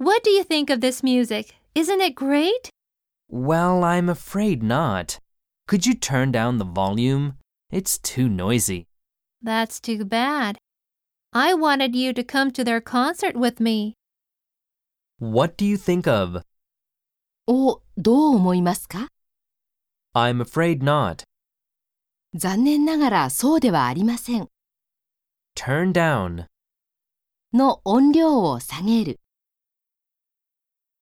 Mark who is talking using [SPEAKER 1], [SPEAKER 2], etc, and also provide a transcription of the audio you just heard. [SPEAKER 1] What do you think of this music? Isn't it great?
[SPEAKER 2] Well, I'm afraid not. Could you turn down the volume? It's too noisy.
[SPEAKER 1] That's too bad. I wanted you to come to their concert with me.
[SPEAKER 2] What do you think of?
[SPEAKER 3] をどう思いますか
[SPEAKER 2] I'm afraid not.
[SPEAKER 3] 残念ながらそうではありません。
[SPEAKER 2] Turn down.
[SPEAKER 3] の音量を下げる。